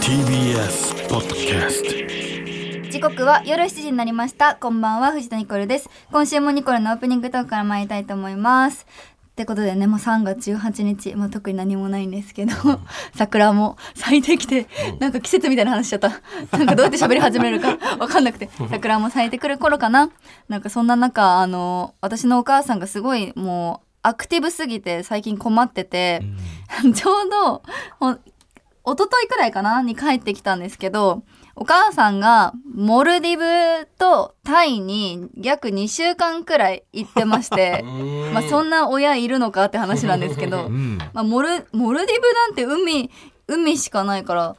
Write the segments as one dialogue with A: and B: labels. A: TBS ポッドキャスト
B: 時刻は夜7時になりましたこんばんは藤田ニコルです今週もニコルのオープニングトークから参りたいと思いますってことでねもう3月18日、まあ、特に何もないんですけど 桜も咲いてきてなんか季節みたいな話しちゃった なんかどうやって喋り始めるか わかんなくて桜も咲いてくる頃かななんかそんな中あの私のお母さんがすごいもうアクティブすぎて最近困ってて、 ちょうどほん一昨日くらいかなに帰ってきたんですけどお母さんがモルディブとタイに約2週間くらい行ってましてまあそんな親いるのかって話なんですけど、まあ、モルモルディブなんて海海しかないから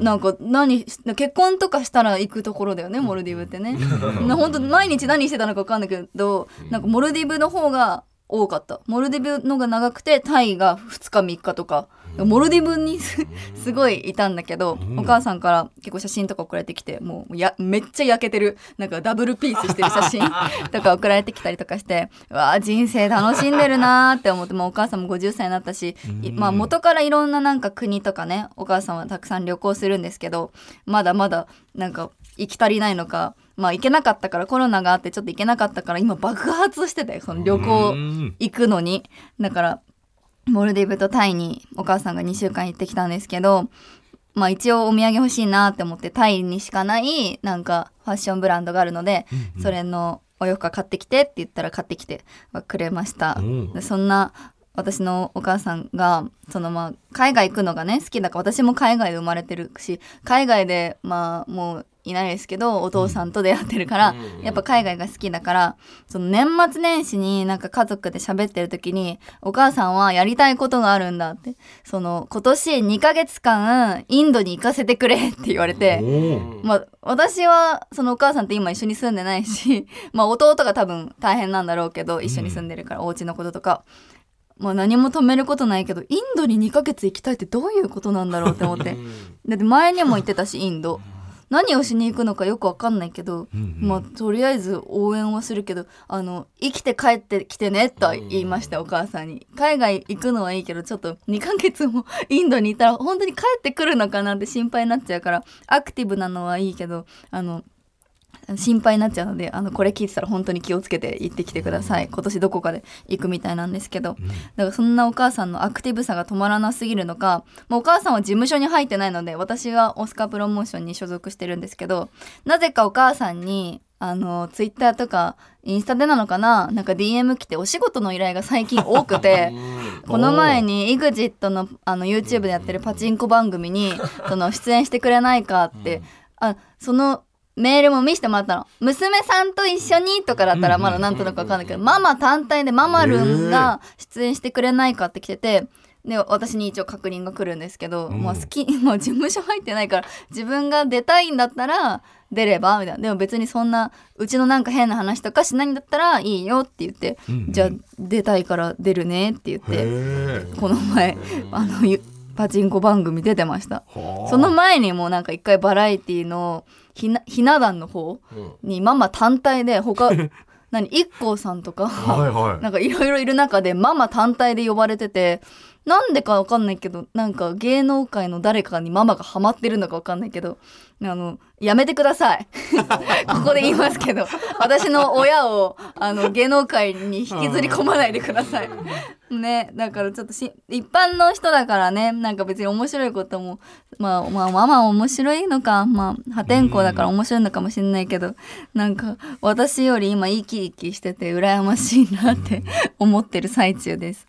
B: なんか何結婚とかしたら行くところだよねモルディブってね。 な本当毎日何してたのか分かんないけどなんかモルディブの方が多かったモルディブのが長くてタイが2日3日とかモルディブにすすごいいたんだけど、お母さんから結構写真とか送られてきてもうやめっちゃ焼けてるなんかダブルピースしてる写真 とか送られてきたりとかしてうわー人生楽しんでるなーって思って、まあ、お母さんも50歳になったし、いまあ、元からいろんななんか国とかねお母さんはたくさん旅行するんですけどまだまだなんか行き足りないのか。まあ行けなかったからコロナがあってちょっと行けなかったから今爆発しててその旅行行くのにだからモルディブとタイにお母さんが2週間行ってきたんですけどまあ一応お土産欲しいなって思ってタイにしかないなんかファッションブランドがあるので、それのお洋服は買ってきてって言ったら買ってきてはくれました、でそんな私のお母さんがそのまあ海外行くのがね好きだから私も海外で生まれてるし海外でまあもういないですけどお父さんと出会ってるから、やっぱ海外が好きだからその年末年始になんか家族で喋ってる時にお母さんはやりたいことがあるんだってその今年2ヶ月間インドに行かせてくれって言われて。まあ、私はそのお母さんと今一緒に住んでないし、 まあ、弟が多分大変なんだろうけど一緒に住んでるから、お家のこととか、まあ、何も止めることないけどインドに2ヶ月行きたいってどういうことなんだろうって思 ってだって前にも行ってたしインド何をしに行くのかよく分かんないけど、まあ、とりあえず応援はするけどあの生きて帰ってきてねと言いました、お母さんに海外行くのはいいけどちょっと2ヶ月も インドにいたら本当に帰ってくるのかなって心配になっちゃうからアクティブなのはいいけどあの心配になっちゃうのであのこれ聞いてたら本当に気をつけて行ってきてください今年どこかで行くみたいなんですけどだからそんなお母さんのアクティブさが止まらなすぎるのかもうお母さんは事務所に入ってないので私はオスカープロモーションに所属してるんですけどなぜかお母さんにあのツイッターとかインスタでなのかななんか DM 来てお仕事の依頼が最近多 くてこの前に EXIT のあの YouTube でやってるパチンコ番組にその出演してくれないかってあそのメールも見せてもらったの娘さんと一緒にとかだったらまだなんとなくわかんないけど、ママ単体でママルンが出演してくれないかって来てて。で私に一応確認が来るんですけど、まあ好き もう事務所入ってないから自分が出たいんだったら出ればみたいなでも別にそんなうちのなんか変な話とかしないんだったらいいよって言って、じゃあ出たいから出るねって言ってこの前 あのゆパチンコ番組出てましたその前にもなんか一回バラエティのひなひな壇の方にママ単体で 他何 IKKO さんとか、
A: はいはい
B: なんかいろいろいる中でママ単体で呼ばれててなんでかわかんないけどなんか芸能界の誰かにママがハマってるのかわかんないけどあのやめてください ここで言いますけど私の親をあの芸能界に引きずり込まないでください。ねだからちょっとし一般の人だからねなんか別に面白いこともまあまあまあまあ面白いのかまあ破天荒だから面白いのかもしれないけどなんか私より今生き生きしてて羨ましいなって思ってる最中です。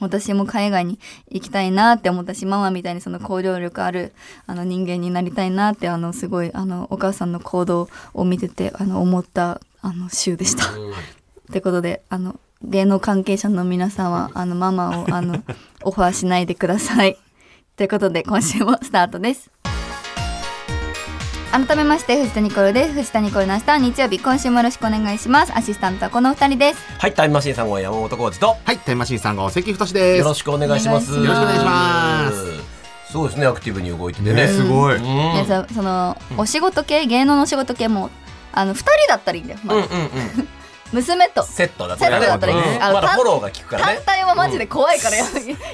B: 私も海外に行きたいなって思ったしママみたいにその行動力あるあの人間になりたいなってあのすごいあのお母さんの行動を見ててあの思ったあの週でした。ってことであの芸能関係者の皆さんはあのママをあのオファーしないでください。ということで今週もスタートです。改めまして藤田ニコルです。藤田ニコルの明日は日曜日今週もよろしくお願いします。アシスタントはこのお二人です。
C: はい、タイムマシーンさんは山本浩二と。
D: はい、タイムマシーンさん号関太です。
C: よろしくお願いします。。
B: お願いしますよろしくお願いし
D: ます
C: そうですね、アクティブに動いてて
D: ね
C: ね。
D: すごい。
C: う
D: うん
C: ん。
B: いやそそのお仕事系芸能のお仕事系もあの二人だったらいいんだよ。まあ
C: うんうんうん。
B: 娘と
C: セットだっ
B: セッ
C: たら
B: ト
C: ね
B: だったらいいです、
C: うんまだフォローが効くからね
B: 単体はマジで怖いからや,、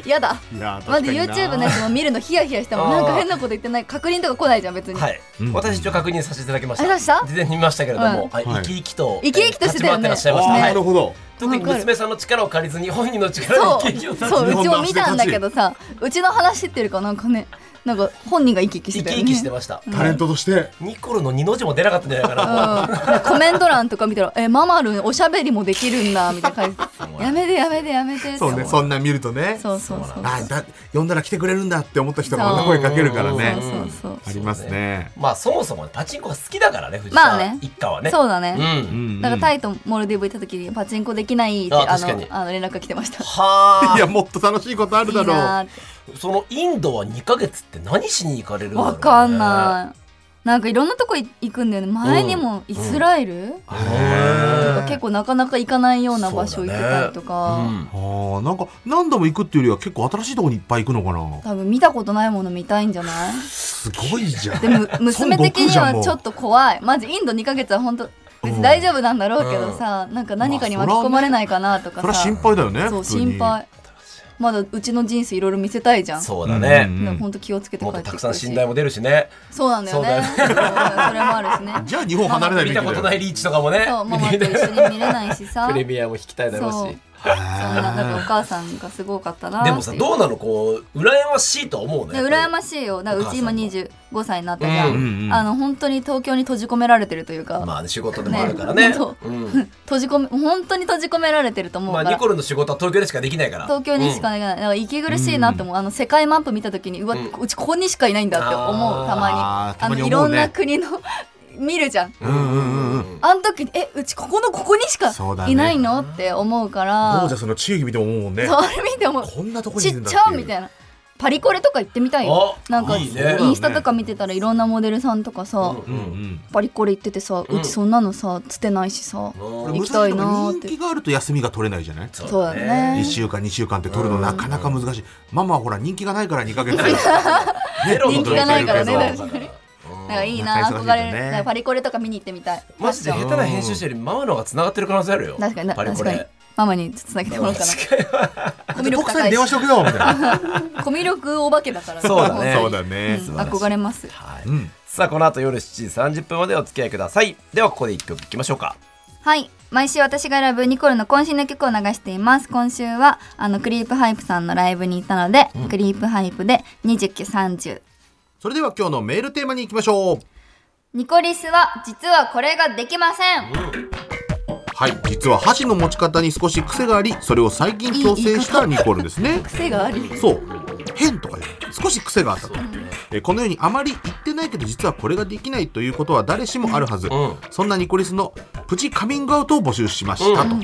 B: やだ
D: いやー
B: マ
D: 確
B: ジ
D: かにな
B: YouTube のやつも見るのヒヤヒヤしたもん
C: あー
B: なんか変なこと言ってない確認とか来ないじゃん別に、
C: はい、
D: うん
C: 私一応確認させていただきました
B: あ出した
C: 事前に見ましたけれども、
B: うん
C: はい
D: はい
C: 生き生きと
B: 生き生きとしてたよね
C: えー立ち回ってらっしゃいまし
D: あ
C: た、
D: ー
C: は
D: ないるほど
C: 特に
B: わかる
C: 娘さんの力を借りずに本人の力
B: そ
C: で生き生きを
B: う
C: 立ち
B: そううち
D: 日
B: も
D: 本橋
B: 見たんだけどさうちの話っていうかなんかねなんか本人が生き生きして
C: 生
B: た
C: き
B: よね
C: 生きしてました、
D: タレントとして
C: ニコルの二の字も出なかったんじゃないかな、
B: うん、コメント欄とか見たら「えママルンおしゃべりもできるんだ」みたいな感じやめてやめてやめて」
D: そうね
B: って思
D: そんなん見るとね
B: そうそうそう
D: あだ呼んだら来てくれるんだって思った人がまた声かけるからね
B: そうそうそう
D: ありますね
C: まあそもそもパチンコが好きだからね藤さ
B: まあ
C: ん
B: ね
C: 一家はね
B: そうだね、
C: うん
D: うんうん
B: だからタイとモルディブ行った時にパチンコできないって
C: あ
B: あ
C: 確かに
B: のあの連絡が来てました。
C: はいあ
D: やもっと楽しいことあるだ
B: いいな
D: ろ
B: ーって
C: そのインドは2ヶ月って何しに行かれるんだろう、ね、
B: わかんない。なんかいろんなとこい行くんだよね。前にもイスラエル、
C: い
B: とか結構なかなか行かないような場所行ってたりとか、
D: うあーなんか何度も行くっていうよりは結構新しいとこにいっぱい行くのかな
B: 多分見たことないもの見たいんじゃない
D: すごいじゃん
B: でも娘的にはちょっと怖いマジインド2ヶ月は本当別に大丈夫なんだろうけどさ、なんか何かに巻き込まれないかなとか
D: それは
B: さ、
D: 心配だよね
B: そう
D: 普通に
B: 心配まだうちの人生いろいろ見せたいじゃん
C: そうだね、
D: うん
B: だから本当気をつけて
C: も
B: 帰
C: っ
B: っ
C: と
B: て
C: たく
B: き
C: さ
B: て
C: ん
B: ほし
C: 信
B: い
C: 頼も出るしね
B: そうなんだよね
C: そう
B: そうそれもあるしね
D: じゃあ日本離れないべ
C: 見
D: き
C: た
D: だよ
C: ことないリーチとかもね
B: そうママと一緒に見れないしさ
C: プ
B: そ
C: レ
B: う
C: ミアも引きたいだろうし
B: そんななんかお母さんがすごかったなって
C: で
B: いう
C: もさどうなのこう羨ましいとは思うね
B: で羨ましいよだからうち今
C: お母
B: 25歳になったじゃん、
C: うん
D: うんうん
B: あの本当に東京に閉じ込められてるというか、
C: まあね仕事でもあるからね
B: ねそう
C: うん
B: 閉じ込め本当に閉じ込められてると思うか
C: まあ
B: ら、
C: ニコルの仕事は東京でしかできないから
B: 東京にしか
C: う
B: な
C: ん
B: いからだから息苦しいなって思う、あの世界マップ見た時にうわ、
C: う
B: うんちここにしかいないんだって思
C: あー
B: うたまに
D: あーたまに
B: のい
D: 思う
B: ろ
D: ね
B: んな国の 見るじゃん
D: うんうんうんうん
B: あの時にえうちここのここにしか
D: そうだね
B: いないの、って思うか
D: ゴ
B: ら
D: ージャ
B: そ
D: スの地域見ても思うもんね
B: れ見ても
D: こんなとこに
B: ち
D: いる
B: っ
D: んだ
B: ち
D: ていう
B: ゃみたいなパリコレとか行ってみたいよ
C: あ
B: なんか
C: いいね
B: インスタとか見てたらいろんなモデルさんとかさ、
D: うんうん
B: パリコレ行っててさ、
C: う
B: うんちそんなのさつてないしさ、
C: これ
B: 行きたいなーっ
D: 人気
B: て
D: があると休みが取れないじゃない
B: そうだね
D: 1週間2週間って取るのなかなか難しい、ママはほら人気がないから2ヶ月
C: ゼロの
B: 人気がないからね
C: 状
B: だから
C: 態
B: だからいいな
D: 仲良さ
B: 憧
D: そう
B: れ
D: だ
B: る、
D: ね
B: だからパリコレとか見に行ってみたい
C: マジで下手な編集者よりママの方が繋がってる可能性あるよ
B: 確かにな
C: パリ
B: 確
C: コ
B: かに
C: レ
B: ママにちょっとつなげてもらおうかなコミュ力
D: 徳さん
B: 高
D: に
B: い
D: 電話し
B: し
D: とくよみたいな
B: コミュ力お化けだから
C: そうだね
B: 本当に
D: そうだね
B: ん
D: 素
C: 晴らしい
B: 憧れます
C: はい
D: うん
C: さあこの後夜7時30分までお付き合いくださいではここで一曲いきましょうか
B: はい毎週私が選ぶニコルの渾身の曲を流しています今週はあのクリープハイプさんのライブに行ったので、クリープハイプで2930
D: それでは今日のメールテーマに行きましょう
B: ニコリスは実はこれができません
D: はい実は箸の持ち方に少し癖がありそれを最近矯正したニコルですね
B: 癖があり
D: そう変とか言う少し癖があったと、えーこのようにあまり言ってないけど実はこれができないということは誰しもあるはず、
C: ん
D: そんなニコリスのプチカミングアウトを募集しましたと、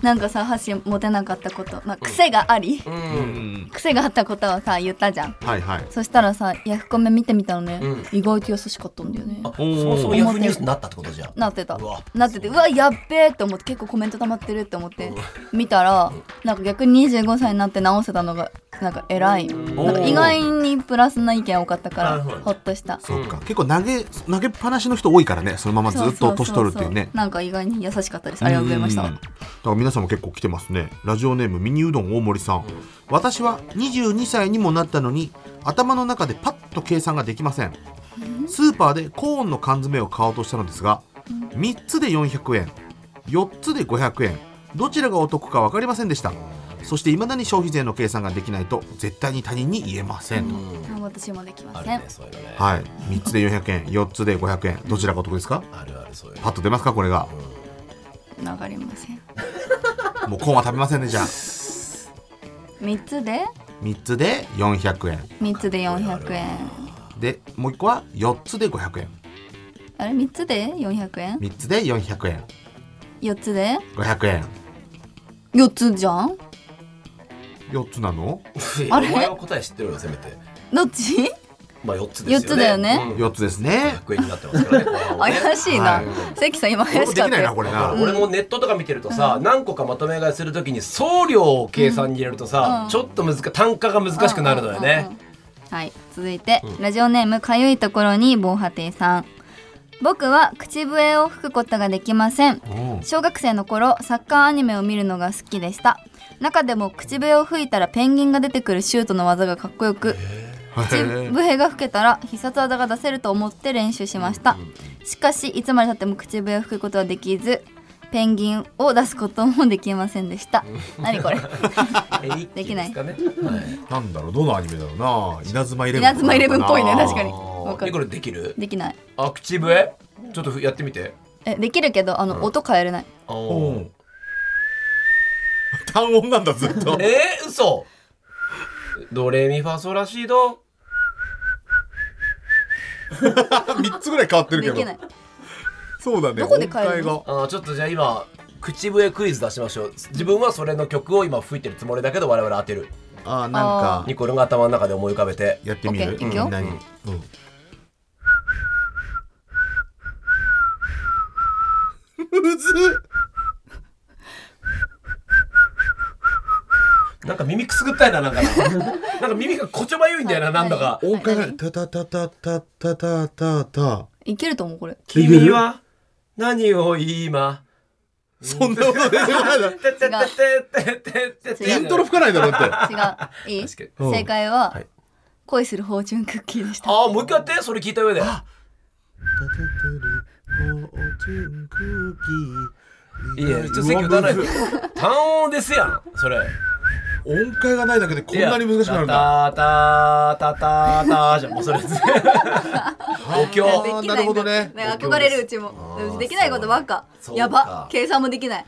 B: なんかさ箸持てなかったこと、まあ、癖があり、
D: うん
B: 癖があったことをさ言ったじゃん
D: はいはい
B: そしたらさヤフコメ見てみたらね、
C: うん
B: 意外と優しかったんだよね
C: あそもそもヤフーニュースになったってことじゃん
B: なってた
C: うわ
B: なっててうわやっべえと思って結構コメント溜まってるって思って見たらなんか逆に25歳になって直せたのがなんか偉いなんか意外にプラスな意見多かったか
C: なる
B: ら
C: ほど
B: ほっとした
D: そうか、結構投げ投げっぱなしの人多いからねそのままずっと年取るっていうね
B: そそそなんか意外に優しかったですありがとうございまし
D: うんだ
B: た
D: から皆さんも結構来てますねラジオネームミニうどん大森さん、私は22歳にもなったのに頭の中でパッと計算ができませんスーパーでコーンの缶詰を買おうとしたのですが3つで400円4つで500円どちらがお得か分かりませんでしたそして未だに消費税の計算ができないと絶対に他人に言えません、
B: あ私もできま
C: ある
B: せん
C: ねそういうのね
D: はい3つで400円4つで500円どちらがお得ですか
C: あるあるそういうの
D: パッと出ますかこれが
B: わかりません
D: もうコーンは食べませんねじゃあ
B: 3つで
D: 3つで400円
B: 3つで400円
D: でもう1個は4つで500円
B: あれ3つで400円
D: 3つで400円
B: ?4 つで
D: 500円
B: 4つじゃん
D: 4つなの
B: あれ
C: お前は答え知ってるよせめて
B: どっち
C: まあ4つですよね
B: 四つだよね
C: うん
D: 4つですね
C: 100円になってますから ね後半はね
B: 怪しいな、
D: は
B: 関さん今
D: これ
B: 怪
D: も
B: し
D: で
B: か
D: き
B: った
D: ないな
B: よ
D: これな、
C: 俺もネットとか見てるとさ、何個かまとめ買いするときに送料を計算に入れるとさ、
B: うん
C: ちょっと難か単価が難しくなるのよね、
B: うんうんうんうんはい続いて、ラジオネームかゆいところに防波堤さん僕は口笛を吹くことができません
D: うん
B: 小学生の頃サッカーアニメを見るのが好きでした中でも口笛を吹いたらペンギンが出てくるシュートの技がかっこよく口
D: へえ
B: 笛が吹けたら必殺技が出せると思って練習しましたしかしいつまでたっても口笛を吹くことはできずペンギンを出すこともできませんでした何 これできない
C: ですかね。はい
D: なんだろうどのアニメだろうな稲妻イレブン
B: 稲妻イレブンっぽいね確かにわ
C: あ
B: か
C: ー。
B: る
C: これできる？
B: できない
C: あ、口笛？ちょっとふやってみて。
B: えできるけどあの、音変えれない
C: あ
D: う
C: ー
D: ん単音なんだずっと
C: えー、嘘。ドレミファソラシド。
D: 3つぐらい変わってるけ
B: で
D: ど
B: きない
D: そうだね
B: どこで変えるの
D: 音階
C: あーちょっとじゃあ今口笛クイズ出しましょう。自分はそれの曲を今吹いてるつもりだけど我々当てる。
D: があーなんか
C: ニコルが頭の中で思い浮かべて。
D: やってみる
B: OK
D: うん
B: いくよ
D: みんなにうん むずっ
C: なんか耳くすぐったいななんか な。なんか耳がこちょばゆいんだよななんだか。
D: 音階
B: 何
D: タタタタタタタタタ
B: いけると思うこれ
C: 君は何を今。
D: そんなこと出てこないだろ
C: てててててててて
D: イントロ吹かないだろだっ
B: 違ういい
C: 確
D: かに
B: 正解は、
C: はい
B: 恋するフォーチュンクッキーでした
C: ああ、もう一回やって、それ聞いた上で。い
D: て
C: や、ちょっと席打たないで
D: うわむずっ。
C: 単音ですやん、それ。
D: 音階がないだけでこんなに難しくなるんだ
C: いや。たたたたたじゃん、も うそれです。お
B: いや
C: 経
B: できないんだ
D: なるほどね
B: 憧れるうちもうちできないことばっか
C: そうか
B: やば計算もできない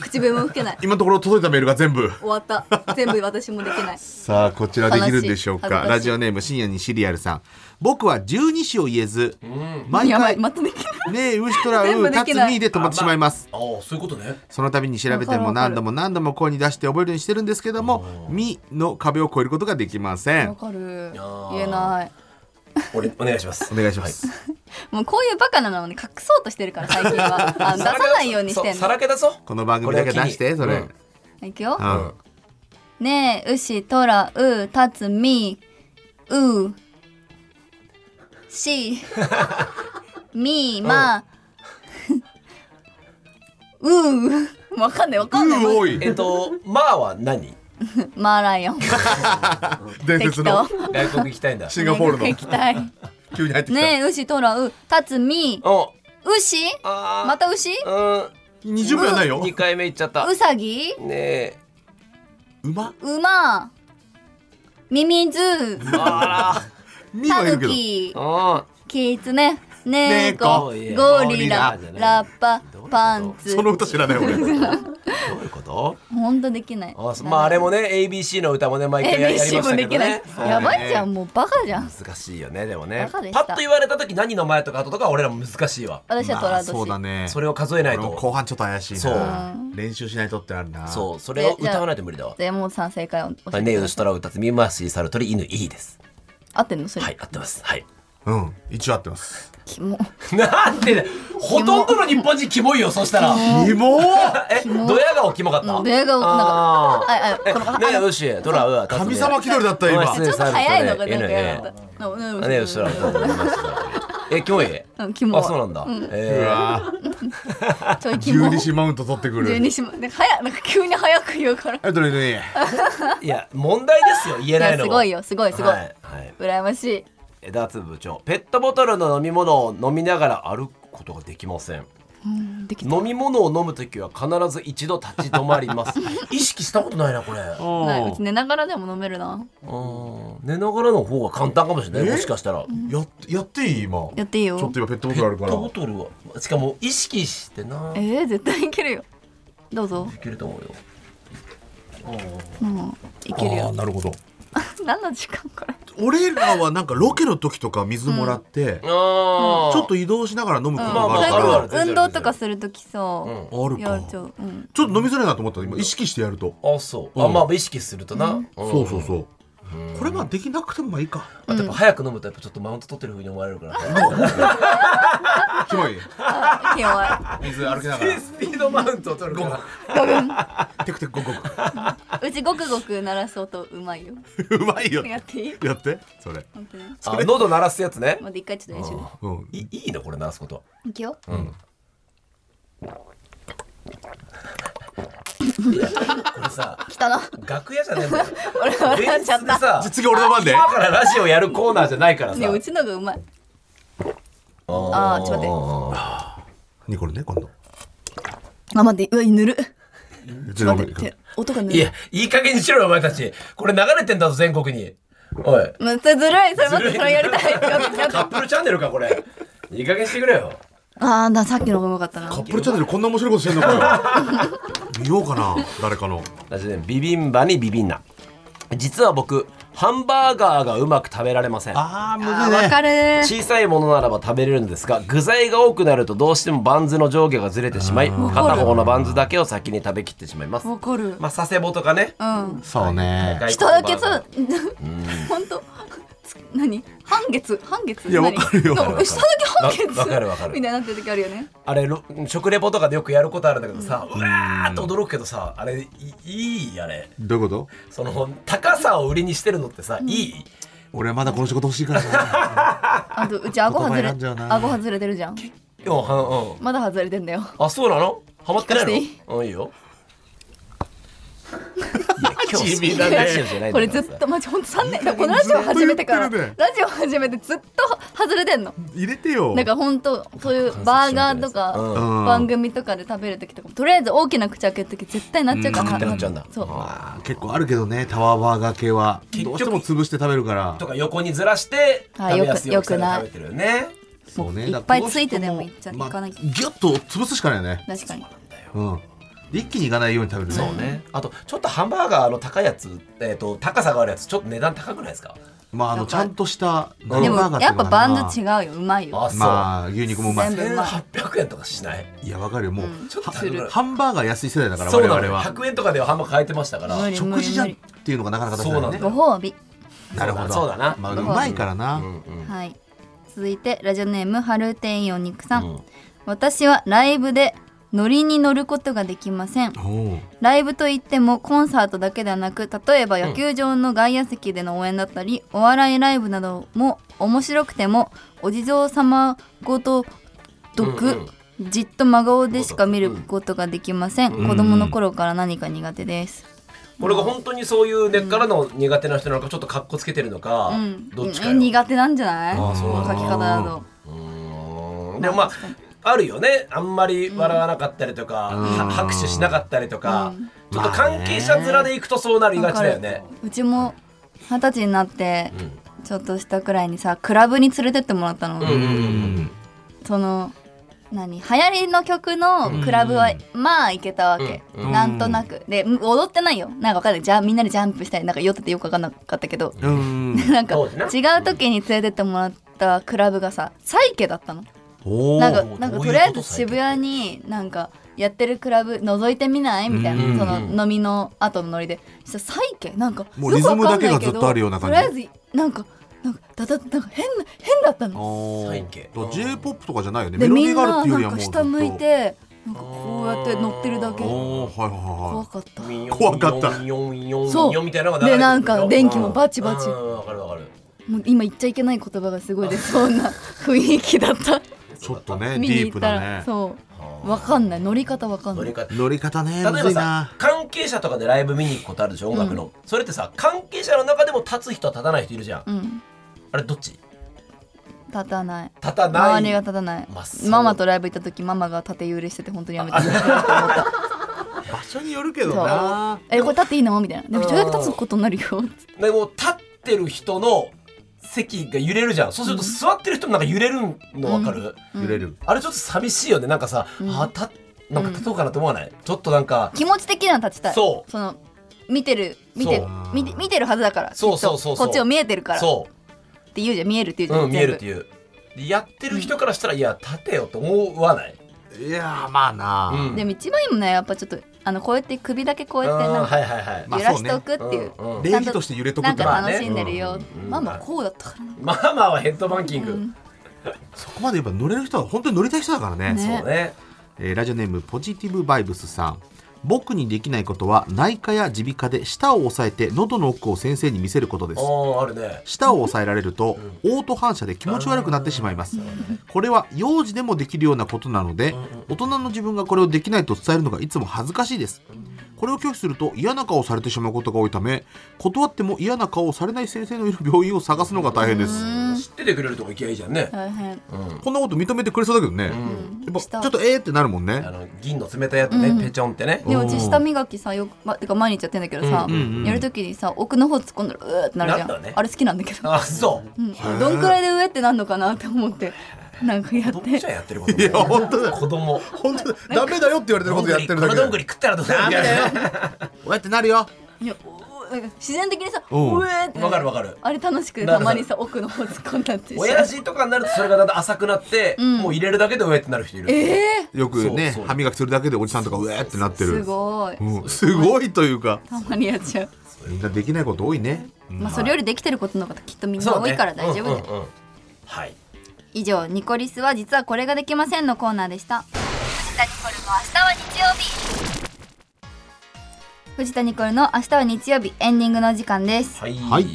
B: 口笛も吹 けない
D: 今のところ届いたメールが全部
B: 終わった全部私もできない
D: さあこちらできるんでしょう
B: 悲しい
D: か
B: 恥ずかしい
D: ラジオネーム深夜にシリアルさん僕は十二子を言えず
C: うん。
D: 毎
B: やばい
D: 回
B: またできない
D: ねえウシトラウ
B: 全部
D: ー
B: で
D: タ
B: き
D: ツ
B: ない
D: ミーで止まってしまいます
C: ああ、そういうことね。
D: その度に調べて
B: わかる
D: も
B: わかる
D: 何度も何度も声に出して覚えるようにしてるんですけども「み」の壁を越えることができませ
B: わ
D: ん
B: かる
C: ー
B: 言えない
C: 俺、お願いします
D: お。願いします
B: もうこういうバカなのに隠そうとしてるから最近はあの出さないようにしてん
C: さら
B: の
C: け出そう。
D: この番組だけ出して
C: こ
D: そ
C: れは
D: れ
C: 気に
B: いくよ
D: う、ん
B: ねえうしとらうたつみう しみま ううわかんないわかんないう
D: おい
C: えっと、まあは何
B: マーライオン
D: 伝
B: 適
D: 説の
B: 当
C: 外国行きたいんだ。
D: シンガポール
B: 行
D: の
B: きたい
D: 急に入ってきた
B: ねえうしとらうたつみ
C: お
B: うし
C: ああ。
B: またうし
C: うん。
D: 20秒ないよ
C: 二回目行っちゃった。
B: うさぎ
C: ねえ。
D: 馬
B: うまミミズ
C: あ
D: み
B: た
D: はいる
B: ぬ
D: けど
B: き
C: ら。
B: きつね
D: 猫
B: 猫ゴリラ
C: ゴリラ
B: ラッパパンツ
D: その歌知らない俺
C: うん。どういうこと
B: ほんとできない
C: あそまああれもね ABC の歌もね毎回ややり
B: ABC
C: ました
B: も
C: け
B: で
C: ど
B: きない
C: ね
B: やばいじゃんもうバカじゃん
C: 難しいよねでもね
B: バカでし
C: パ
B: た
C: ッと言われた時何の前とか後とか俺らも難しいわ
B: 私はト
D: ま
B: ラ
D: あそうだ
B: 年
D: ね
C: それを数えない
D: 俺も
C: と
D: 後半ちょっと怪しいな
C: そう
D: 練習しないとってあるな
C: そうそれを歌わないと無理だわ
B: でもうさん正解を教え
C: ね
B: て
C: ウシトラウタツミマシサルトリ犬いいです
B: 合ってんのそれ、
C: はい合ってますはい
D: うん一応合ってます
B: キモ
C: なんでだほとんどの日本人キモいよそしたら
D: キモー
C: えドヤ顔キモかった
B: うんドヤ顔なん
C: あ
B: あいあいこのあ
C: ーねウシトラウタツ
D: 神
C: ミ
D: 様気取りだったよ今
C: おい
B: ちょっと早いのがなんか嫌だっ
C: ね
B: た。うん
C: ねウシトラウタツミマシサルトリえキモい
B: うん、キモ。
C: あそうなんだ
D: う
C: えー
D: わー
B: ちょいキ
D: 急
B: モ。
D: に
B: 十
D: シマウント取ってくる
B: 二しま、なんか早い、なんか急に早く言うから。い
D: えどれどれ
C: いや問題ですよ言えない
B: や、
C: の
B: す
C: も
B: ごいよ、すごい、すごい
C: は。い、はい、
B: 羨ましい。
C: 枝津部長ペットボトルの飲み物を飲みながら歩くことができません
B: うんできた。
C: 飲み物を飲むときは必ず一度立ち止まります 意識したことないなこれ
B: な
D: お
B: い、うち寝ながらでも飲めるな。
C: うん寝ながらの方が簡単かもしれない
D: え
C: もしかしたらペ
D: やってやっていい今
B: やっていい
D: ちょ
B: よ
D: っと。今ペットボトルあるか
C: ッ
D: ら
C: トボトルはしかも意識してな
B: え
C: で
B: ー、絶対いけるよ。どうぞ。
C: きると思うよ
B: うん、いける
D: あー
B: よ。
D: なるほど
B: 何の時間これ。
D: 俺らはなんかロケの時とか水もらって、
C: あ
D: ちょっと
C: い
D: 移動しながら飲むこと
C: まあまあ
D: があるから、
C: わるわる
B: 運動とかするときそ
C: うん
B: う。
D: ある
B: やる
D: か
B: ちょう。うん。
D: ちょっと飲みづらいなと思った今意識してやると、
C: あそうあ
D: うん
C: まあ意識するとな、
D: そうそう
C: う
D: そう、これまあできなくてもまあいいか
C: あとやっぱ早く飲むとやっぱちょっとマウント取ってる風に思われるから
D: キモい
B: キモ
D: 水歩きなが
C: スピードマウントを取るから
D: らテクテクゴクゴク
B: うちごくごく鳴らす音うまいよ。
D: うまいよ
B: やっていい
D: やってそれ
B: 本当に。
C: あ喉鳴らすやつね
B: まで一回ちょっと練習ね。
D: うん
C: いいいなこれ鳴らすこと
B: いくよ。
C: これさ
B: 来たな。
C: 楽屋じゃねえんだよ
B: 俺笑っちゃった。
C: 前日でさ
D: 次俺の番で
C: 今からラジオやるコーナーじゃないからさ
B: ねうちのがうまい。
C: あ
B: あーちょっ
C: と待っ
D: ニコルね今度
B: あ待ってうわぬる。
D: ちょっ
B: 待
D: と
B: って手音がぬ
C: いや
B: る。
C: いい加減にしろよお前たちこれ流れてんだぞ全国におい
B: まそれずるい。それ
C: ず
B: 待っ
C: る
B: て
C: い
B: それやりたい。 やってやって
C: カップルチャンネルかこれいい加減してくれよ
B: あーださっきの方が良かったな
D: カ。ップルチャンネルこんな面白いことしてんのか よ見ようかな誰かの
C: 私ねビビンバにビビンナ実は僕ハンバーガーがうまく食べられません
D: ああ
B: あーわかる。
C: 小さいものならば食べれるんですが具材が多くなるとどうしてもバンズの上下がずれてしまい片方のバンズだけを先に食べきってしまいます
B: わかる。
C: まあ佐世保とかね
B: うん。
D: そうね
B: 人だけ
C: 外国バーガ
B: さ
C: ー、
B: 本当。つ何半月半月
D: いや
B: 何
D: わかるよ
B: でも下だけ半月
C: わわかるわかる
B: みたいになってる時あるよね
C: あれろ食レポとかでよくやることあるんだけどさうわーっと驚くけどさあれいいいあれ
D: どういうこと
C: その高さを売りにしてるのってさいい
D: 俺はまだこの仕事欲しいからな
B: あとうち顎外
D: 言葉
B: れ
D: 選んじゃうな
B: 顎外れてるじゃん
C: うんうん
B: まだ外れてんだよ
C: あそうなのハマってないの
B: 聞かせ
C: うんい いよいや今日
D: 地味だね
C: ラジオじゃないんだからさ
B: これずっとマジほんと3年だこのラジオ始めてから
D: ずっと言ってるね
B: ラジオ始めてずっと外れてんの
D: 入れてよ
B: なんかほんとそういうバーガーとか
C: うん
B: 番組とかで食べる時とかもとりあえず大きな口開ける時絶対なっちゃうから
C: うんなっちゃうんだ
B: そう
D: あー結構あるけどねタワーバーガー系は
C: 結
D: どう
C: 局
D: しても潰して食べるから
C: とか横にずらして
B: あ
C: 食べやすい大
B: よ
C: き
B: く
C: さ
B: よく
C: で
B: ない
C: 食べてるよね
D: そうね
B: いっ
D: だから
B: ぱいついてでもいっちゃ
D: どうして
B: いかなきゃ
D: まあギュッと潰すしかないよね
B: 確かに
D: うん一気にいかないように食べる
C: そうねあとちょっとハンバーガーの高いやつ、えー、と高さがあるやつちょっと値段高くないですか
D: まああのちゃんとした
B: で
D: 何
B: も
D: バーガーてい
B: や
D: う
B: っ
D: の
B: ぱ
D: かな
B: バンズ違うようまいよ
C: あそう、
D: まあ牛肉もうまい
B: 全部うまい
C: 1800円とかしない
D: いやわかるよもう、
C: ちょっと高くない
D: ハンバーガー安い世代だから
C: そう
D: 我
C: な
D: 々
C: のよ
D: は
C: 100円とかではハンバーガー買えてましたから
B: 無理無
D: 食事
B: 理
D: じゃ
B: 無
D: っ
B: 理
D: ていうのがなかなか出せない
C: そうな
D: ね
C: んだ
B: ご褒美
D: なるほど
C: そうだな
D: まあ、
C: う
D: うんまいからな、
B: はい続いてラジオネームハルテインお肉さん、
C: うん
B: 私はライブでノリに乗ることができません
D: おう
B: ライブといってもコンサートだけではなく例えば野球場の外野席での応援だったり、お笑いライブなども面白くてもお地蔵様ごと毒、
C: うん
B: じっと真顔でしか見ることができません、子供の頃から何か苦手です、
C: これが本当にそういう根っからの苦手な人なのかちょっとかっこつけてるのか、
B: うん、
C: どっちか
B: う
C: よ
B: ん苦手なんじゃない
C: あそうなんだ
B: 書き方だと
C: うーんでもまああるよねあんまり笑わなかったりとか、
D: うん
C: は拍手しなかったりとか、
B: うん
C: ちょっと関係者面でいくとそうなりがちだよね。
B: うちも二十歳になってちょっとしたくらいにさクラブに連れてってもらったの、
C: うんうん
D: うん、
B: その何流行りの曲のクラブは、まあ行けたわけ、
D: うん
B: なんとなくでうん踊ってないよなんかわかんないじゃあみんなでジャンプしたりなんか酔っててよくわかんなかったけど、
D: うん、
B: なんか
C: 当時な
B: 違う時に連れてってもらったクラブがさサイケだったの
D: おお
B: なんか
C: どう
B: なんか
C: どういうこと
B: とりあえず渋谷になんかやってるクラブ覗いてみないみたい
C: うん
B: なその飲みの後のノリでそしたら債券なんか
D: もうリズムだけがずっとあるような感じ
B: よくわかんないけどとりあえずなんかなんかだだなんか変な変だったの
D: お
C: サイ
D: ー
C: ケ
D: だから J-POP とかじゃないよねメ
B: で
D: ロデ
B: み
D: ィ
B: ん
D: ーがあるっ
B: な
D: ていうよ
B: な
D: りはもう
B: んか
D: ずっ
B: 下
D: と
B: 向いてなんかこうやって乗ってるだけ
D: おおはいはいはい
B: 怖
D: は
B: かっ
D: 怖か
B: た
D: った
B: そう
C: みたいなのが流れてる
B: でなんか電気もバチバチ
C: うんうんわかるわかる。
B: もう今言っちゃいけない言葉がすごいでそんな雰囲気だった
D: いちょっとねデ
B: 見
D: ィ
B: に
D: ー
B: 行
D: プ
B: った
D: だ
B: ら、
D: ね
B: そうわかんない乗り方わかん
C: 乗
B: な
C: り
B: い
C: 方
D: 乗り方ね
C: 例え
D: むず
C: ば
D: いな
C: さ関係者とかでライブ見に行くことあるでしょ音楽の、それってさ関係者の中でも立つ人は立たない人いるじゃん、
B: うん
C: あれどっち
B: 立たない
C: 立たない
B: 周りが立たない、
C: まあそう
B: ママとライブ行った時ママが縦揺れしてて本当にやめてほしいなと 思った
D: 場所によるけど
B: そ
D: な
B: うえこれ立っていいのみたいなでも一人だけ立つことになるよ
C: でも立ってる人の席が揺れるじゃんそうすると座ってる人もなんか揺れるの分かる、
D: 揺れる
C: あれちょっと寂しいよねなんかさ、あ立っなんか立とうかなと思わない、ちょっとなんか
B: 気持ち的には立ちたい
C: そう
B: の見てる見てる
D: そう
B: 見て見てるはずだから
C: そう
B: きっと
C: そうそうそう
B: こっちを見えてるからっ
C: そ
B: て言うじゃん見えるって言う
C: う、
B: じゃん、
C: うん、見えるって
B: 全
C: いうでやってる人からしたら、いや立てよと思わない
D: いやーまあな、
C: うん
B: 部でも一番いいもんねやっぱちょっとあのこうやって首だけこうやって
C: うん
B: なん
C: は
B: か
C: いはいはい、
D: まあ
B: 揺らしておくっていう,、
C: うんうん
D: 礼儀として揺れとく
B: な
D: っ
B: ん
D: て
B: か
D: のは
C: まあね
B: 楽しんでるよ、
C: うんうん
B: ママこうだったからな
C: ママはヘッドバンキング、
D: そこまでやっぱ乗れる人は本当に乗りたい人だからね
B: ね
C: そうね
D: えーラジオネームポジティブバイブスさん僕にできないことは内科や耳鼻科で舌を押さえて喉の奥を先生に見せることです
C: あああるね
D: 舌を押さえられると、オート反射で気持ち悪くなってしまいますこれは幼児でもできるようなことなので大人の自分がこれをできないと伝えるのがいつも恥ずかしいですこれを拒否すると嫌な顔をされてしまうことが多いため断っても嫌な顔をされない先生のいる病院を探すのが大変です
C: 知っててくれるとこ行きゃいいじゃんね
B: 大変
D: こんなこと認めてくれそうだけどね、やっぱちょっとえーってなるもんね
C: あの銀の冷たいやつね、ペチョンってね
B: でもうち舌磨きさよく、ま、てか毎日やってんだけどさ、やるときにさ奥の方突っ込んだらうーってなるじゃ
C: なる
B: ん、
C: んだね
B: あれ好きなんだけど、
C: あそう
B: うんどんくらいで上ってなんのかなって思ってなんかやっ
C: 子供
B: て
C: じゃんやってること
D: いや本当だ
C: 子供
D: 本当だダメだよって言われてることやってるだけ
C: このどんぐり食ったらどうだ
D: ダメだよおやってなるよ
B: いやおーなんか自然的にさ
D: うん
B: うえーって
C: わかるわかる
B: あれ楽しくて
C: なる
B: たまにさ奥の方突っ込んだって
C: 親父とかになるとそれがだんだん浅くなって、もう入れるだけで上ってなる人いる、
D: よくね
C: そうそう
D: 歯磨きするだけでおじさんとかうえーってなって
B: す
D: る
B: ごい
D: うんすごいというか
B: たまにやっちゃう
D: みんなできないこと多いね。
B: まあそれよりできてることの方がきっとみんな多いから大丈夫だよ
C: うんうんうんはい
B: 以上ニコリスは実はこれができませんのコーナーでした藤田ニコルの明日は日曜日藤田ニコルの明日は日曜日エンディングの時間です
C: はい、
D: はい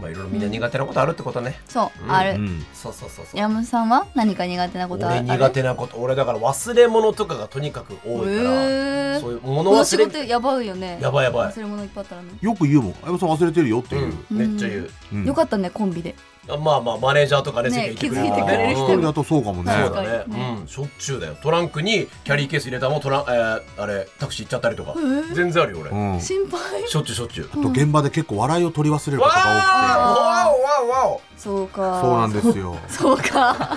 C: まあいろいろみんな苦手なことあるってことね、
B: そう、ある、
D: ん。
C: そうそうそうそう
B: 山本さんは何か苦手なことはあ
C: 俺
B: る
C: 苦手なこと俺だから忘れ物とかがとにかく多いから、
B: へー
C: そういう物
B: この仕
C: 忘れ
B: 事やばいよね
C: やばいやばい
B: 忘れ物いっぱいあったらね、
D: よく言うもん。あやまさん忘れてるよって
C: う
D: いう。
C: ん、めっちゃ言う、
D: うん
B: よかったねコンビで
C: あまあまあマネージャーとかね
B: ね
C: 席が
B: 気づいてくれる
D: 一
B: 人
D: 人だとそうかもね。
C: そう
B: 確
C: だ
B: かに
C: ね、うん、しょっちゅうだよトランクにキャリーケース入れたもんトラン、えー、あれタクシー行っちゃったりとか、全然あるよ俺、
D: うん。あ
B: 心配
C: しょっちゅうしょっちゅう、
D: と現場で結構笑いを取り忘れること
C: わ
D: が
C: あわおわおわ
B: そう
D: 多く
B: か
D: て。そうなんですよ。
B: そうか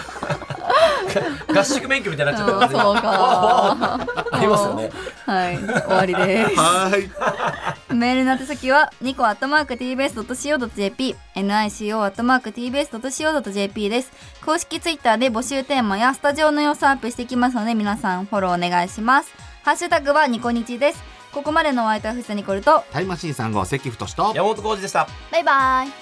C: お合宿免許みたいになっちゃ
B: うん
C: った
B: そうか
C: ありますよね
B: はい終わりで す
D: は
B: メールの宛先はニコアットマーク tbs.co.jp nico アットマーク tbs.co.jp です公式ツイッターで募集テーマやスタジオの様子をアップしていきますので皆さんフォローお願いしますハッシュタグはニコニチですここまでのお相手は藤田ニコルと
D: い。タイムマシーン3号関太と。
C: 山本浩二でした
B: バイバイ